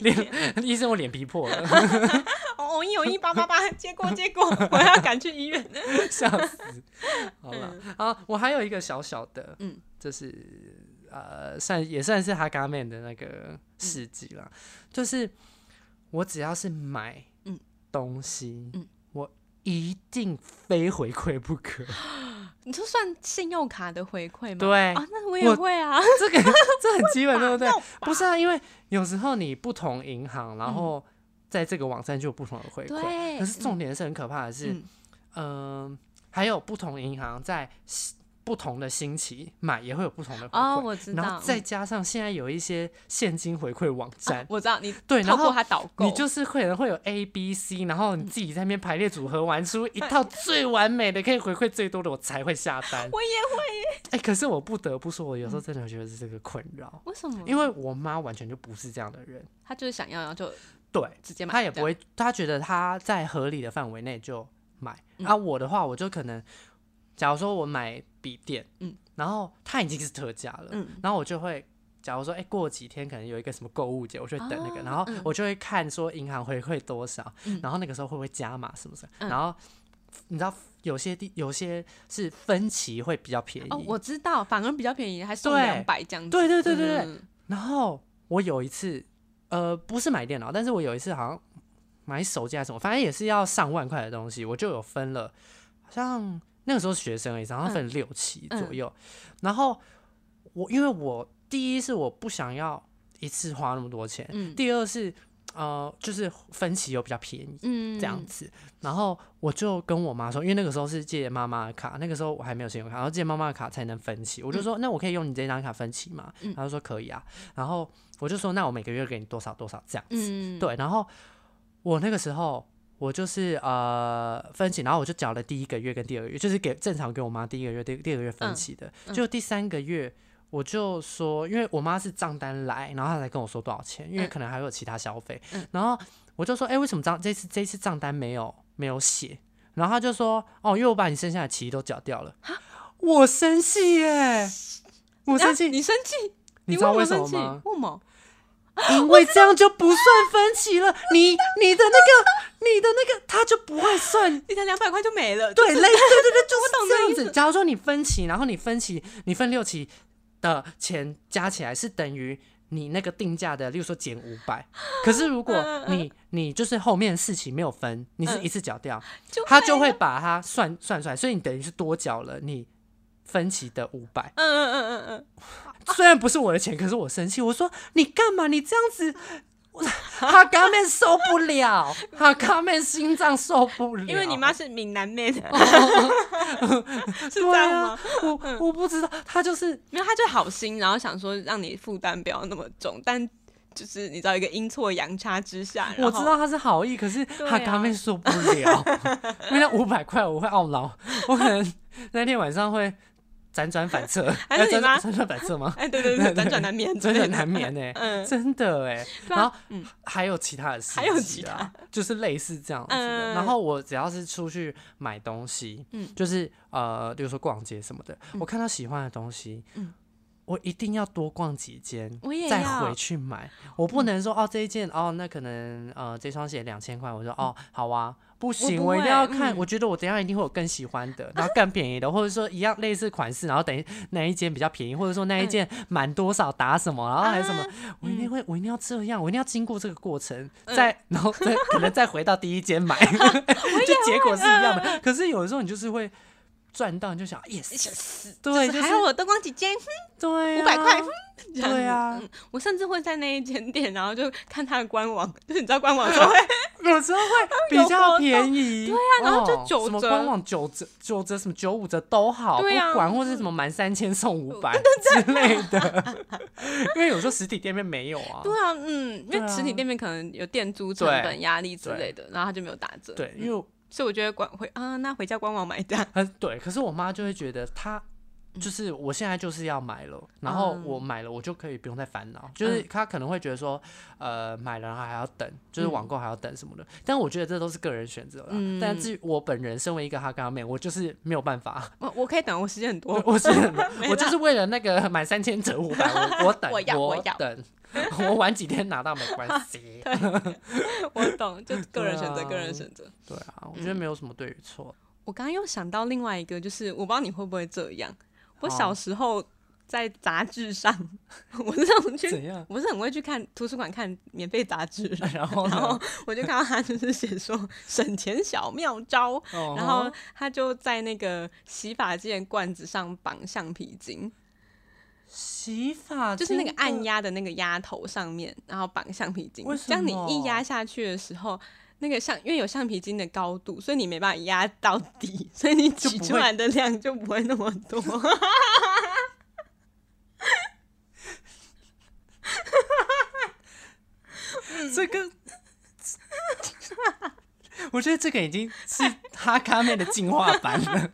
咦，脸医生我脸皮破了，哦，一有一八 八八，结果结果我要赶去医院。笑死！好了啊，我还有一个小小的，嗯，就是呃，算也算是哈嘎面的那嗯个事迹啦，就是我只要是买嗯东西，嗯我一定非回馈不可。 你就算信用卡的回馈吗？对，啊，那我我也会啊。这个这很 基本，对不对？不是啊，因为有时候你不同银行，然后在这个网站就有不同的回馈。嗯对，可是重点是很可怕的是，嗯嗯，还有不同银行在新不同的星期买也会有不同的回馈，哦，我知道，然后再加上现在有一些现金回馈网嗯啊站，我知道你对，透然过后他导购，你就是会有会有 A、B、C，然后你自己在那边排列组合玩出一套最完美的，可以回馈最多的，我才会下单。 我也会，哎、可是我不得不说，我有时候真的觉得是这个困扰，为什么？因为我妈完全就不是这样的人，他就是想要，然后就对，直接买，他也不会，他觉得他在合理的范围内就买。嗯啊，我的话，我就可能，假如说我买笔电，嗯，然后它已经是特价了，嗯然后我就会。假如说，哎、过几天可能有一个什么购物节，我就会等那个，哦然后嗯我就会看说银行回馈多少，嗯然后那个时候会不会加码什么什么，嗯然后你知道有些地有些是分期会比较便宜，这样。哦，我知道，反而比较便宜，还送对两百这样子。对对对对对，嗯，然后我有一次，呃，不是买电脑，但是我有一次好像买手机还是什么，反正也是要上万块的东西，我就有分了，好像那个时候学生而已，然后分六期左右。然后我因为我第一是我不想要一次花那么多钱，嗯第二是呃就是分期又比较便宜。嗯这样子，然后我就跟我妈说，因为那个时候是借妈妈的卡，那个时候我还没有信用卡，然后借妈妈的卡才能分期。我就说，那我可以用你这张卡分期吗？嗯她就说可以啊。然后我就说，那我每个月给你多少多少这样子。嗯，对，然后我那个时候我就是呃分期，然后我就缴了第一个月跟第二个月，就是给正常给我妈第一个月、第第二个月分嗯期的，嗯就第三个月。我就说，因为我妈是账单来，然后她才跟我说多少钱，因为嗯可能还有其他消费。嗯然后我就说，哎、为什么账这次这次账单没有没有写？然后她就说，哦，因为我把你剩下的期都缴掉了。我生气耶！我啊生气，你生气，你知为道我为什么生气？吗？为什么？因为这样就不算分歧了。你你的那个你的那个，他就不会算。你才两百块就没了，对，类似对对 对，就我是懂这样的意子。假如说你分期，然后你分期，你分六期的钱加起来是等于你那个定价的，例如说减五百。 可是如果嗯嗯嗯你你就是后面四期没有分，你是一次缴掉，就他就没会了，把它算算出来，所以你等于是多缴了你分期的五百。嗯嗯嗯嗯嗯。虽然不是我的钱，可是我生气，我说你干嘛？你这样 子，哈嘎妹受不了，哈嘎妹心脏受不了，因为你妈是闽南 妹的，对是这样啊吗？，嗯我我不知道，她就是没有，她就好心，然后想说让你负担不要那么重，但就是你知道一个阴错阳差之下，然我知后道她是好意，可是对啊哈嘎妹受不 了，因为那五百块我会懊恼，我可能那天晚上会辗转反侧，还是哎你辗妈辗转反侧吗？哎，对对对，辗转难眠，真的难。免哎、嗯真的哎、对啊然后、还有其他的事、啊，还有其他，就是类似这样子的。嗯然后我只要是出去买东西，嗯就是呃，比如说逛街什么的，我看到喜欢的东西，嗯我一定要多逛几间，我也再要嗯回去买。我不能说哦，这一件哦，那可能呃这双鞋两千块，我说嗯哦好啊，不行，不我一定要会看，嗯我觉得我等一下一定会有更喜欢的，然后更便宜的，或者说一样类似款式，然后等一哪一间比较便宜，或者说那一嗯件满多少打什么，然后还有什么，我一定嗯会，我一定要这样，我一定要经过这个过程，嗯再然后再可能再回到第一间 买， 就结果是一样嗯的。可是有的时候你就是会。赚到你就想 yes，对，哎就就是是还有我多逛几间， 对五百块啊，这样对子嗯啊，我甚至会在那一间店，然后就看它的官网，就是你知道 官网说啊会有时候会 比较便宜，对啊然后就九什么折官网九折、九折什么九五折都好，对啊不管或是什么满三千送五百之类的， 因为有时候实体店面没有啊。对啊，嗯，因对为啊实体店面可能有店租成对本压力之类的，然后它就没有打折。对，嗯因为所以我觉得管回啊，那回家官网买单。很对，可是我妈就会觉得她。就是我现在就是要买了，然后嗯我买了，我就可以不用再烦恼。就是嗯她可能会觉得说，呃，买了然后还要等，就是嗯网购还要等什么的。但我觉得这都是个人选择啦。嗯但至于我本人身为一个哈嘎妹，我就是没有办法，我我可以等，我时间很多我。我是很 没我啦就是为了那个满三千折五百，我我等 我要我要等，我晚几天拿到没 关系。我懂，就个人选择，对啊个人选择。对啊，我嗯觉得没有什么对与错。我刚刚又想到另外一个，就是我不知道你会不会这样。我好小时候在杂志上， 我是那种去，怎样？ 我是很会去看图书馆看免费杂志的人，然后呢然后我就看到他就是写说省钱小妙招，哦然后他就在那个洗发剂的罐子上绑橡皮筋，洗发就是那个精的按压的那个压头上面，然后绑橡皮筋为。什这样你一么压下去的时候，那个橡因为有橡皮筋的高度，所以你没办法压到底，所以你就挤不出会来的量就不会那么 多。这个。我觉得这个已经是哈咖妹的进化版 了，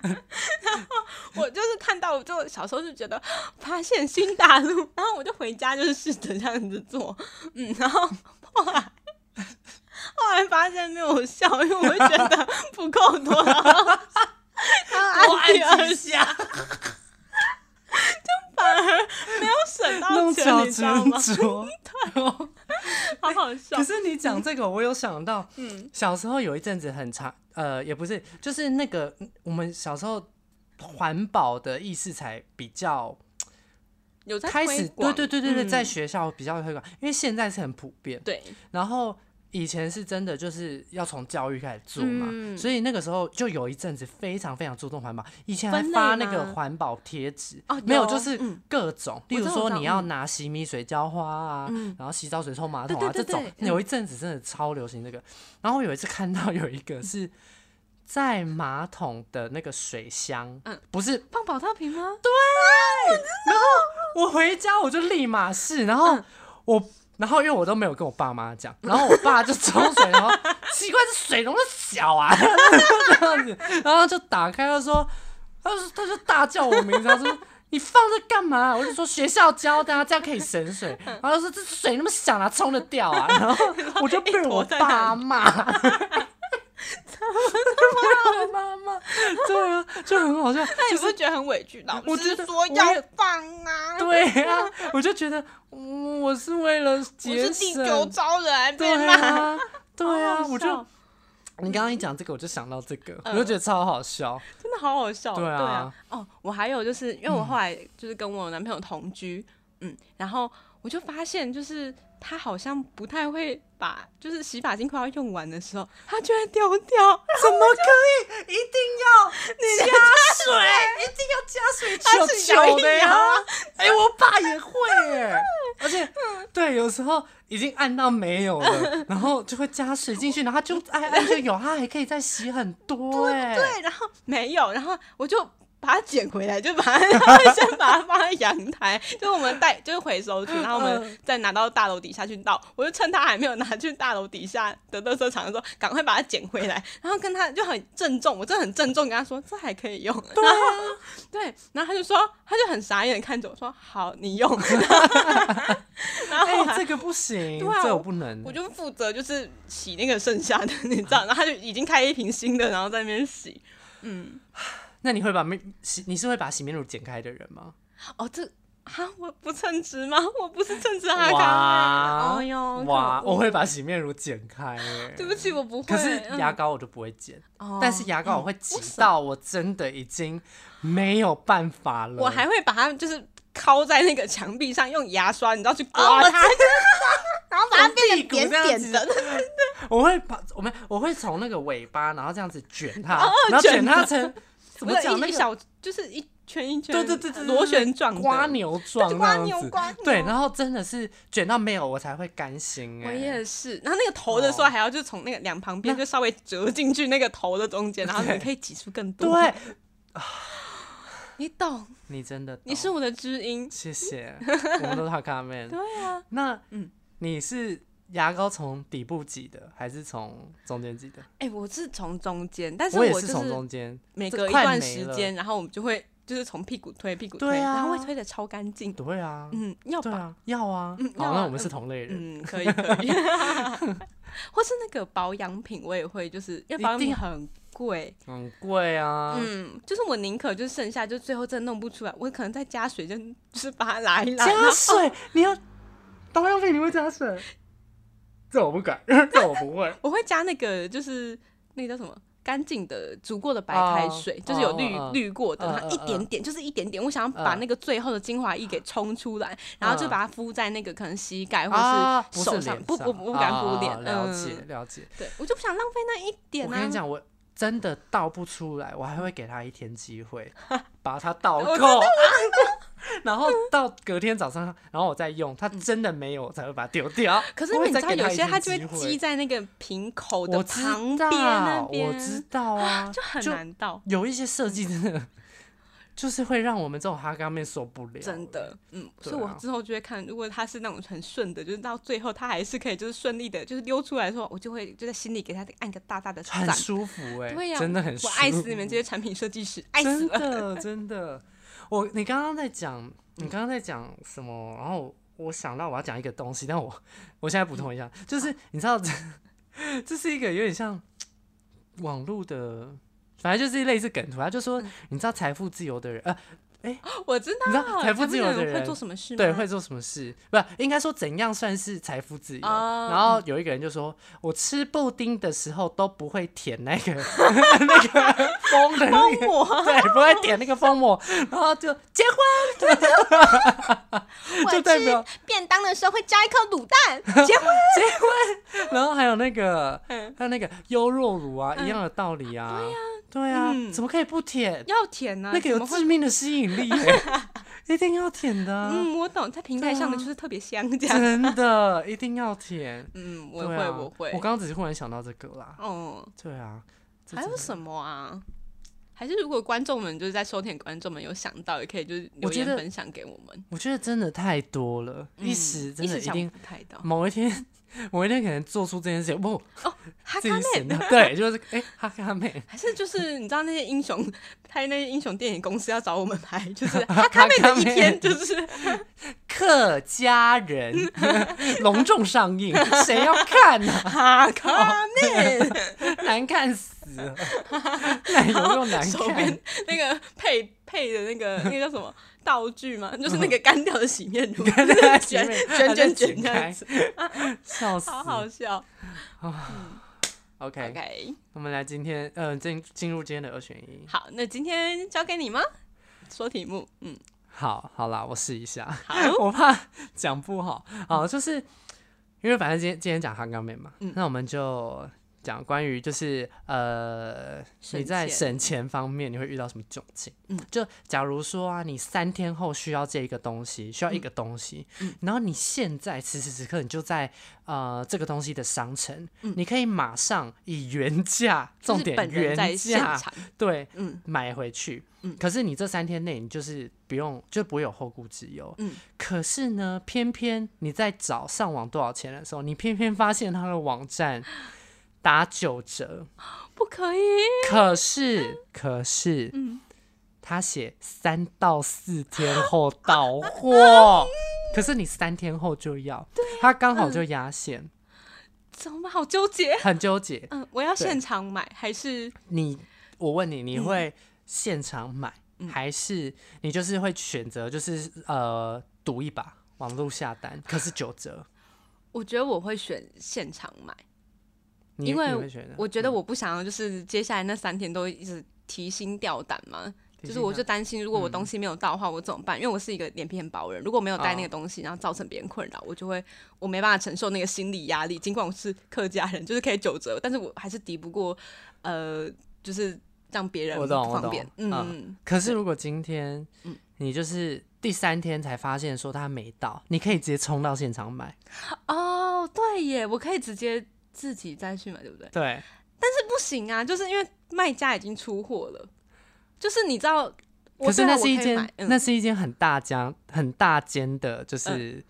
我就是看到，我就小时候就觉得发现新大陆，然后我就回家就是试着这样子做，嗯，然后后来后来发现没有效，因为我会 觉得不够多，然后然后我按第按二几下，反而没有省到弄巧钱，你知道吗？成拙。好好笑可，是你讲这个，我有想到，嗯小时候有一阵子很长，呃，也不是，就是那个嗯我们小时候环保的意识才比较有在开始，推对广对对对对，嗯在学校比较推广，因为现在是很普遍，对，然后以前是真的就是要从教育开始做嘛，嗯所以那个时候就有一阵子非常非常注重环保，以前还分类发那个吗环保贴纸，哦没有有就是嗯各种，例我知如道我说知道你要嗯拿洗米水浇花啊，嗯然后洗澡水冲马桶啊对对对这种，对嗯有一阵子真的超流行这个，然后我有一次看到有一个是。在马桶的那个水箱，嗯不是放保特瓶吗？我回家我就立马试，然后我，然后因为我都没有跟我爸妈讲，然后我爸就冲水，然后奇怪这水龙头小啊， 这样子，然后就打开，他说，他就他就大叫我名字，他说。你放这干嘛、我就说学校教的、啊，这样可以省水。然后他说这水那么小、哪冲得掉啊？然后我就被我爸骂，被 我爸骂，对啊，就很好笑。那你不觉得很委屈？老我觉师得说我要也放 啊，对啊，我就觉得，嗯，我是为了我节是省第，九招人还被对骂。啊，对好啊，好我就嗯笑你刚刚一讲这个，我就想到这个，我就觉得超好笑。真的好好笑。对啊哦，我还有就是因为我后来就是跟我男朋友同居，嗯然后我就发现就是他好像不太会把，就是洗发精快要用完的时候，他就会丢掉，怎么可以？一定要加水，一定要加水，他是摇一久久的呀摇！哎，我爸也会耶，而且对，有时候已经按到没有 了，然后就会加水进去，然后它就按按就有，它还可以再洗很多哎。对，然后没有，然后我就。把它捡回来，就 把它然后先把它放在阳台，就是我们带就是回收去，嗯然后我们再拿到大楼底下去倒。我就趁他还没有拿去大楼底下的垃圾场的时候，赶快把它捡回来，然后跟他就很郑重，我真的很郑重跟他说这还可以用。啊对对，然后他就说，他就很傻眼地看着我说好，你 用。然后后哎，来这个不行，对啊这我我不能。我就负责就是洗那个剩下的， 你知道，然后他就已经开一瓶新的，然后在那边洗。那你会把面洗？你是会把洗面乳剪开的人吗？哦，这啊，我不称职吗？ 我不是称职哇阿哦康欸。哎呦，哇，可恶我会把洗面乳剪开欸， 对不起，我不会。可是牙嗯，膏我就不会剪，哦但是牙膏我会挤到我真的已经没有办法了。我还会把它就是敲在那个墙壁上，用牙刷，你知道去哦，刮我它。知 道然后把它从变得屁股扁这样扁子的，我会把我们我会从那个尾巴，然后这样子卷它，然后哦卷卷它 它成怎么不是讲一那一个小就是一圈一圈，对对对对对螺旋状的瓜。牛状那瓜样牛子瓜牛，对，然后真的是卷到没有我才会甘心哎、我也是，然后那个头的时哦候还要就从那个两旁边就稍微折进去那个头的中间，然后你可以挤出更多。对，你懂，你真的懂，你是我的知音。谢谢，我们都是好咖妹。对啊，那嗯你是牙膏从底部挤的，还是从中间挤的？哎、我是从中间，但是我也就是从中间，每这隔一快段没时了间，然后我们就会就是从屁股推屁股推，对啊然后会推的超干净。对啊，嗯，要对吧，啊，要啊。嗯好，要那啊我们是同类人，嗯，可以可 以。 或是那个保养品，我也会，就是因为保养一品定很贵，很贵啊。嗯，就是我宁可就剩下，就最后真的弄不出来，我可能再加水就，就是把它拉一拉。加水，你要保养品你会加水？这我不敢，这我 不会。我会加那个，就是那个叫什么？干净的煮过的白开水哦就是有滤哦哦哦滤、过的，嗯然后一点点，就是一点点。我想要把嗯那个最后的精华液给冲出来，然后就把它敷在那个可能膝盖啊，或手上。不不是不脸不，不敢啊敷脸。啊了解嗯，了解。对，我就不想浪费那一点我啊。跟你讲，我真的倒不出来，我还会给他一天机 会，把它倒我知够， 然后到隔天早上，然后我再用，它真的没有，我才会把它丢掉。嗯可是我会你知再道，给有他一些天它就会机会积在那个瓶口的我知旁道边那边，我知道啊，就很难到，有一些设计真的就是会让我们这种哈嘎妹受不了，真的，嗯，对所以我啊之后就会看，如果它是那种很顺的，就是到最后它还是可以就是顺利的，就是溜出来的时候，我就会就在心里给它按个大大的赞很，舒服哎、对呀、啊真的很舒我服，爱死你们这些产品设计师，爱死真了，的真的，我你刚刚在讲，你刚刚在讲什么？然后我我想到我要讲一个东西，但我 我现在补充一下，嗯就是你知道， 这这是一个有点像网络的，反正就是类似梗图，啊他就说嗯你知道财富自由的人，啊呃，我 知你知道，道财富自由的人人会做什么事吗？对，会做什么事？不，应该说怎样算是财富自由？哦然后有一个人就说，我吃布丁的时候都不会舔那个 那 个风的那个 帮 我，对，不会点那个封膜，然后就结婚，我就代表吃便当的时候会加一颗卤 蛋，然后还有那个， 嗯还有那个优若乳啊，一样的道理啊，对呀、嗯怎么可以不舔？要舔呢、啊，那个有怎么会致命的吸引 力、欸，一定要舔的啊、嗯，我懂，在瓶盖上的对啊就是特别香这样，真的一定要舔。嗯，我对会，啊、我会，我刚刚只是忽然想到这个啦，哦，对啊，这还真有的什么啊？还是如果观众们就是在收听的观众们有想到，也可以就是留我觉言得分享给我们。我觉得真的太多了，一嗯时真的时一想定嗯不太到。某一天， 某一天可能做出这件事情，不，哈自卡己想妹到，对，就是哎、哈哈妹，还是就是你知道那些英雄拍那些英雄电影公司要找我们拍，就是 哈卡妹的一天，就是客家人隆重上映，谁要看呢、哈卡妹，哦难看死了，奶油又难手看边，那个配配的那个那个叫什么道 具嘛，就是那个干掉的洗面乳，就是卷卷卷卷这样子，开，笑死。好好笑。 OK， OK，我们来今天，呃，进进入今天的二选一。好，那今天交给你吗？说题目，嗯，好，好啦，我试一下， 好， 我怕讲不好。好，就是因为反正今天今天讲韩钢妹嘛，嗯那我们就讲关于就是呃省你在钱省钱方面你会遇到什么窘境？嗯就假如说啊，你三天后需要这一个东西，需要一个东西，嗯然后你现在此时此刻你就在呃这个东西的商城，你可以马上以原价，嗯就重是点本人在原现价，场，对，嗯买回去。可是你这三天内你就是不用，就不会有后顾之忧。嗯可是呢，偏偏你在找上网多少钱的时候，你偏偏发现它的网 站打九折，不可以，可是可是，嗯他写三到四天后到 货，可是你三天后就要，啊他刚好就嗯压线，怎么办？好纠结。很纠结。嗯，我要对现场买还是嗯你，我问你，你会现场买，还是你就是会选择就是呃赌一把网络下单，可是九折，我觉得我会选现场买，你因为你会选择嗯我觉得我不想要就是接下来那三天都一直提心吊胆嘛，提就是心我吊嗯就担心如果我东西没有到的话，我怎么办？因为我是一个脸皮很薄的人，如果没有带那哦个东西，然后造成别人困扰，我就会我没办法承受那个心理压力。尽管我是客家人，就是可以九折，但是我还是敌不过呃，就是让别人我不懂我方懂便。嗯嗯，可是如果今天你就是第三天才发现说它没到，你可以直接冲到现场买，哦，对耶，我可以直接自己再去买，对不对？对，这不行啊，就是因为卖家已经出货了，就是你知道，可我是虽然那是我一可以间买、嗯、那是一间很大间很大间的就是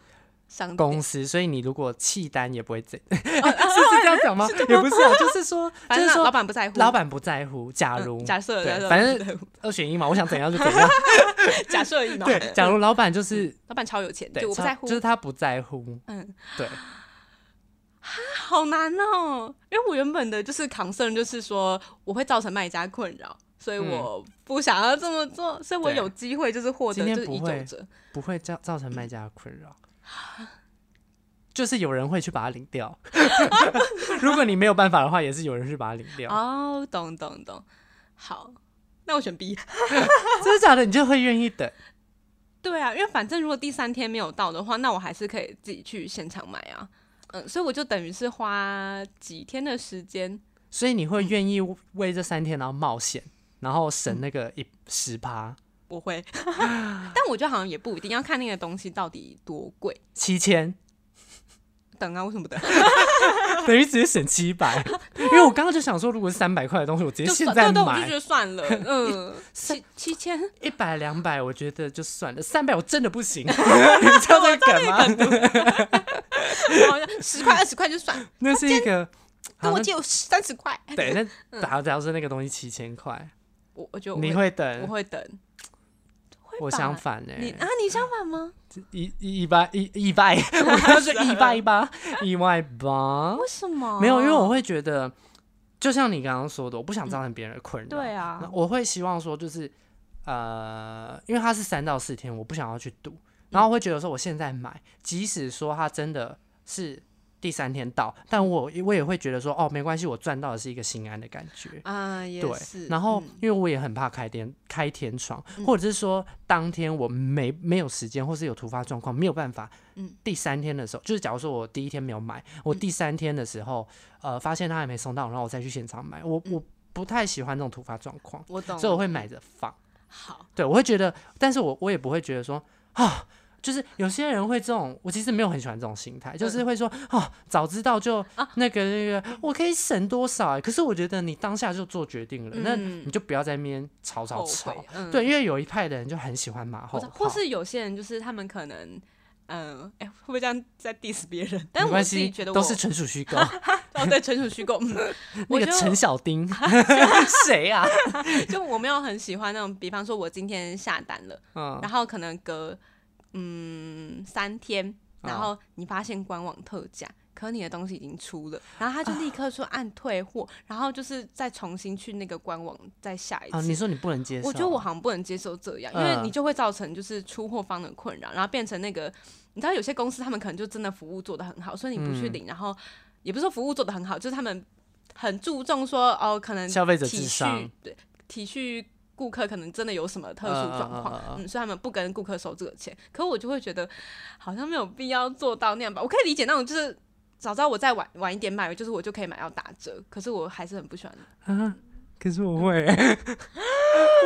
商公店，司，所以你如果弃单也不会 怎， 是是这样讲吗？也不是啊，就是说反就正是那说老板不在乎，老板不在乎，假如嗯嗯假设对假设反不正在乎二选一嘛，我想怎样就怎样。 假设而已嘛，对，假如老板就是老板超有钱，对，对，我不他在乎，就是他不在乎，嗯，对，好难哦，因为我原本的就是 concern 就是说我会造成卖家困扰。所以嗯我不想要这么做，所以我对有机会就是获今得天就是不一会九折，不会造造成卖家的困扰。嗯就是有人会去把它领掉， 如果你没有办法的话，也是有人去把它领掉。哦，懂懂懂，好，那我选 B。 真的假的？你就会愿意等？对啊，因为反正如果第三天没有到的话，那我还是可以自己去现场买啊。嗯，所以我就等于是花几天的时间，所以你会愿意为这三天然后冒险，然后省那个一十趴我会， 但我觉得好像也不一定要看那个东西到底多贵。七千，等啊，为什么等？等于直接省七 百。因为我刚刚就想说，如果是三百块的东西，我直接就现算在对对，我就觉买 得算了，嗯，七七千，一百两百，我觉得就算了，三百我真的不 行。你们知道这个梗吗？好像十块二十块就算，那是一个，跟好我那借我三十块，对，那假如假如说那个东西七千块，我我觉得我你会，会我等？会等，会我欸吧相反呢、你啊，你相反吗？一一一八一一 八，我刚刚说一八一八一外八。为什么？没有，因为我会觉得，就像你刚刚说的，我不想造成别人的困扰。对啊那，我会希望说，就是呃，因为它是三到四天，我不想要去赌，然后我会觉得说，我现在买，即使说它真的是第三天到，但我我也会觉得说，哦，没关系，我赚到的是一个心安的感觉。啊也是，对，然后嗯因为我也很怕开天开天窗，或者是说当天我没没有时间，或是有突发状况没有办法，嗯第三天的时候，就是假如说我第一天没有买，我第三天的时候，呃，发现他还没送到，然后我再去现场买，我嗯我不太喜欢这种突发状况，我懂，所以我会买着放。好，对，我会觉得，但是我我也不会觉得说啊，就是有些人会这种，我其实没有很喜欢这种心态，就是会说啊，早知道就啊那个那个，我可以省多少、欸？可是我觉得你当下就做决定了，那嗯你就不要在那边吵吵后吵悔。，嗯对，因为有一派的人就很喜欢马后或者或炮，是有些人就是他们可能，嗯、哎、会不会这样在 diss 别人？但没我关自己系觉得，我都是纯属虚 构。哦，对，纯属虚构。嗯那我个就陈小丁 谁啊？ 就我没有很喜欢那种，比方说我今天下单了， 嗯，然后可能隔嗯三天，然后你发现官网特价。可你的东西已经出了，然后他就立刻说按退货，然后就是再重新去那个官网再下一次。啊，你说你不能接受？啊我觉得我好像不能接受这样，因为嗯你就会造成就是出货方的困扰，然后变成那个，你知道有些公司他们可能就真的服务做得很好，所以你不嗯去领，然后也不是说服务做得很好，就是他们很注重说哦，可能消费者体至恤上，对，体恤顾客可能真的有什么特殊状嗯况，嗯嗯嗯嗯，所以他们不跟顾客收这个钱。可我就会觉得好像没有必要做到那样吧，我可以理解那种就是。早知道我再晚晚一点买，就是我就可以买到打折。可是我还是很不喜欢。啊，可是我会欸、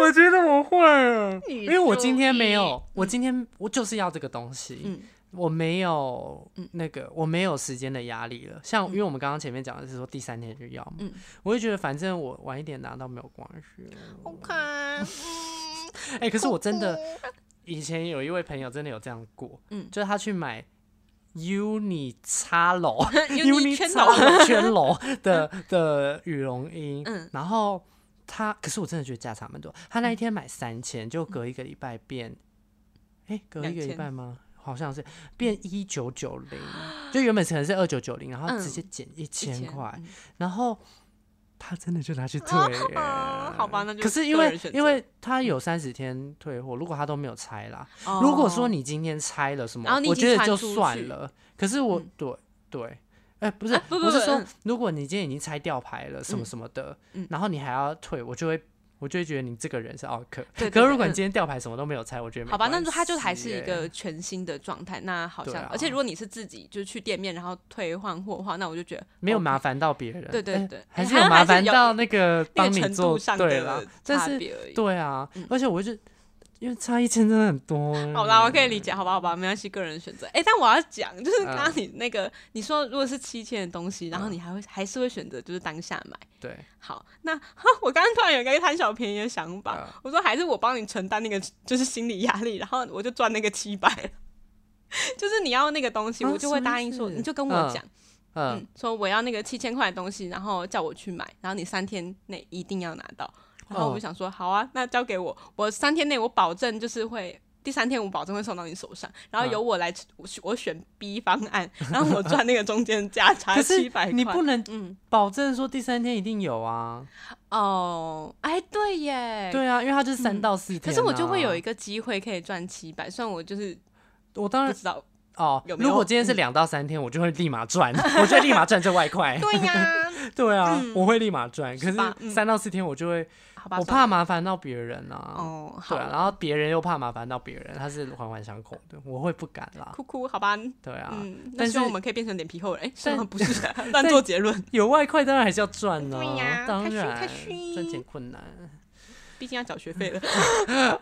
我觉得我会欸，你因为我今天注意没有，我今天我就是要这个东西，嗯我没有嗯那个，我没有时间的压力了。像因为我们刚刚前面讲的是说第三天就要嘛，嗯我就觉得反正我晚一点拿到没有关系。 OK，哎、可是我真的以前有一位朋友真的有这样过，嗯就是他去买 Uni 叉楼。 你圈到 Uniqlo 圈楼 的的羽绒衣，嗯然后他，可是我真的觉得价差蛮多。他那一天买三千，就隔一个礼拜变，哎、隔一个礼2000拜吗？好像是变一九九零，就原本可能是二九九零，然后嗯直接减一一千块，嗯然后他真的就拿 去退耶、啊好吧那就嗯可是因个为人选择因为他有三十天退货，如果他都没有拆啦，哦如果说你今天拆了什么，然后你已我经觉得传就出算去了。可是我、嗯对对，哎、不是、啊不不我是不说嗯，如果你今天已经拆吊牌了什么嗯什么的，嗯然后你还要退，我就会我就会觉得你这个人是奥克。 对对可是如对果你嗯今天吊牌什么都没有拆，我觉得没好吧，关那就它就还系是一耶个全新的状态。那好对像，啊而且如果你是自己就是去店面然后退换货的话，那我就觉得哦没有 OK，麻烦到别人，对对哎对还哎是好有像麻还是烦有到那个那帮个你程做度上对啦的，但差是别而已。对啊，嗯而且我就因为差一千真的很多欸。好啦，我可以理解，好吧，好吧，没关系，个人选择。哎、但我要讲，就是刚嗯刚你那个，你说如果是七千的东西，然后你还会还是会选择就是当下买。对，好，那 我刚刚突然有一个贪小便宜的想法，嗯我说还是我帮你承担那个就是心理压力，然后我就赚那个七百。 就是你要那个东西，啊我就会什么答意应说，思你就跟嗯我讲，嗯嗯，，说我要那个七千块的东西，然后叫我去买，然后你三天内一定要拿到。然后我哦就想说，好啊，那交给我，我三天内我保证就是会，第三天我保证会送到你手上，然嗯后由我来，我选我选 B 方案，然后我赚那个中间 价差可七是百块。你不能嗯，保证说第三天一定有啊。哦，哎，对耶，。对啊，因为它就是三到四天啊。可是我就会有一个，个机会可以赚七百，虽然我就是我当不然知道。哦，有没嗯有如果今天是两到三天，我就会立马赚， 我就会立马赚这外快。 对 呀、对啊，嗯我会立马赚。可是吧是嗯三到四天，我就会好吧，我算了怕麻烦到别人啊。哦，好对啊，啦，然后别人又怕麻烦到别人，他是环环相扣的，我会不敢啦。哭哭，好吧，对啊，嗯，但那希望是我们可以变成脸皮厚人。哎，虽但然不 是乱做结论，有外快当然还是要赚呢、啊对呀当开心然开心赚钱困难。 毕竟要缴学 费了。呃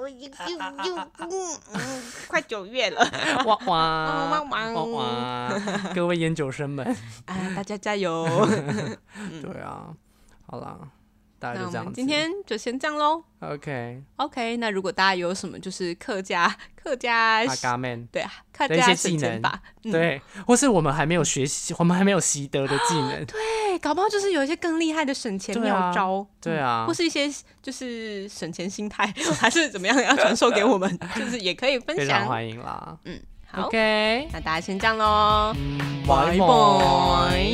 我又啊又又嗯嗯，快九月了，哇哇汪啊汪哇哇！各位研究生们， 啊，大家加 油！对啊，好啦，大概嗯那就我这样们子。今天就先这样喽。 OK， OK，那如果大家有什么就是客家客家阿嘎 man，对啊客的一些家省技能钱法，嗯，对，或是我们还没有学习，我们还没有习得的技能，哦对，搞不好就是有一些更厉害的省钱对啊妙招，对嗯啊或，是一些就是省钱心态， 还是怎么样，要传授给我们，就是也可以分非常享。欢迎啦。嗯，好 OK，那大家先这样喽，嗯，拜拜拜。拜。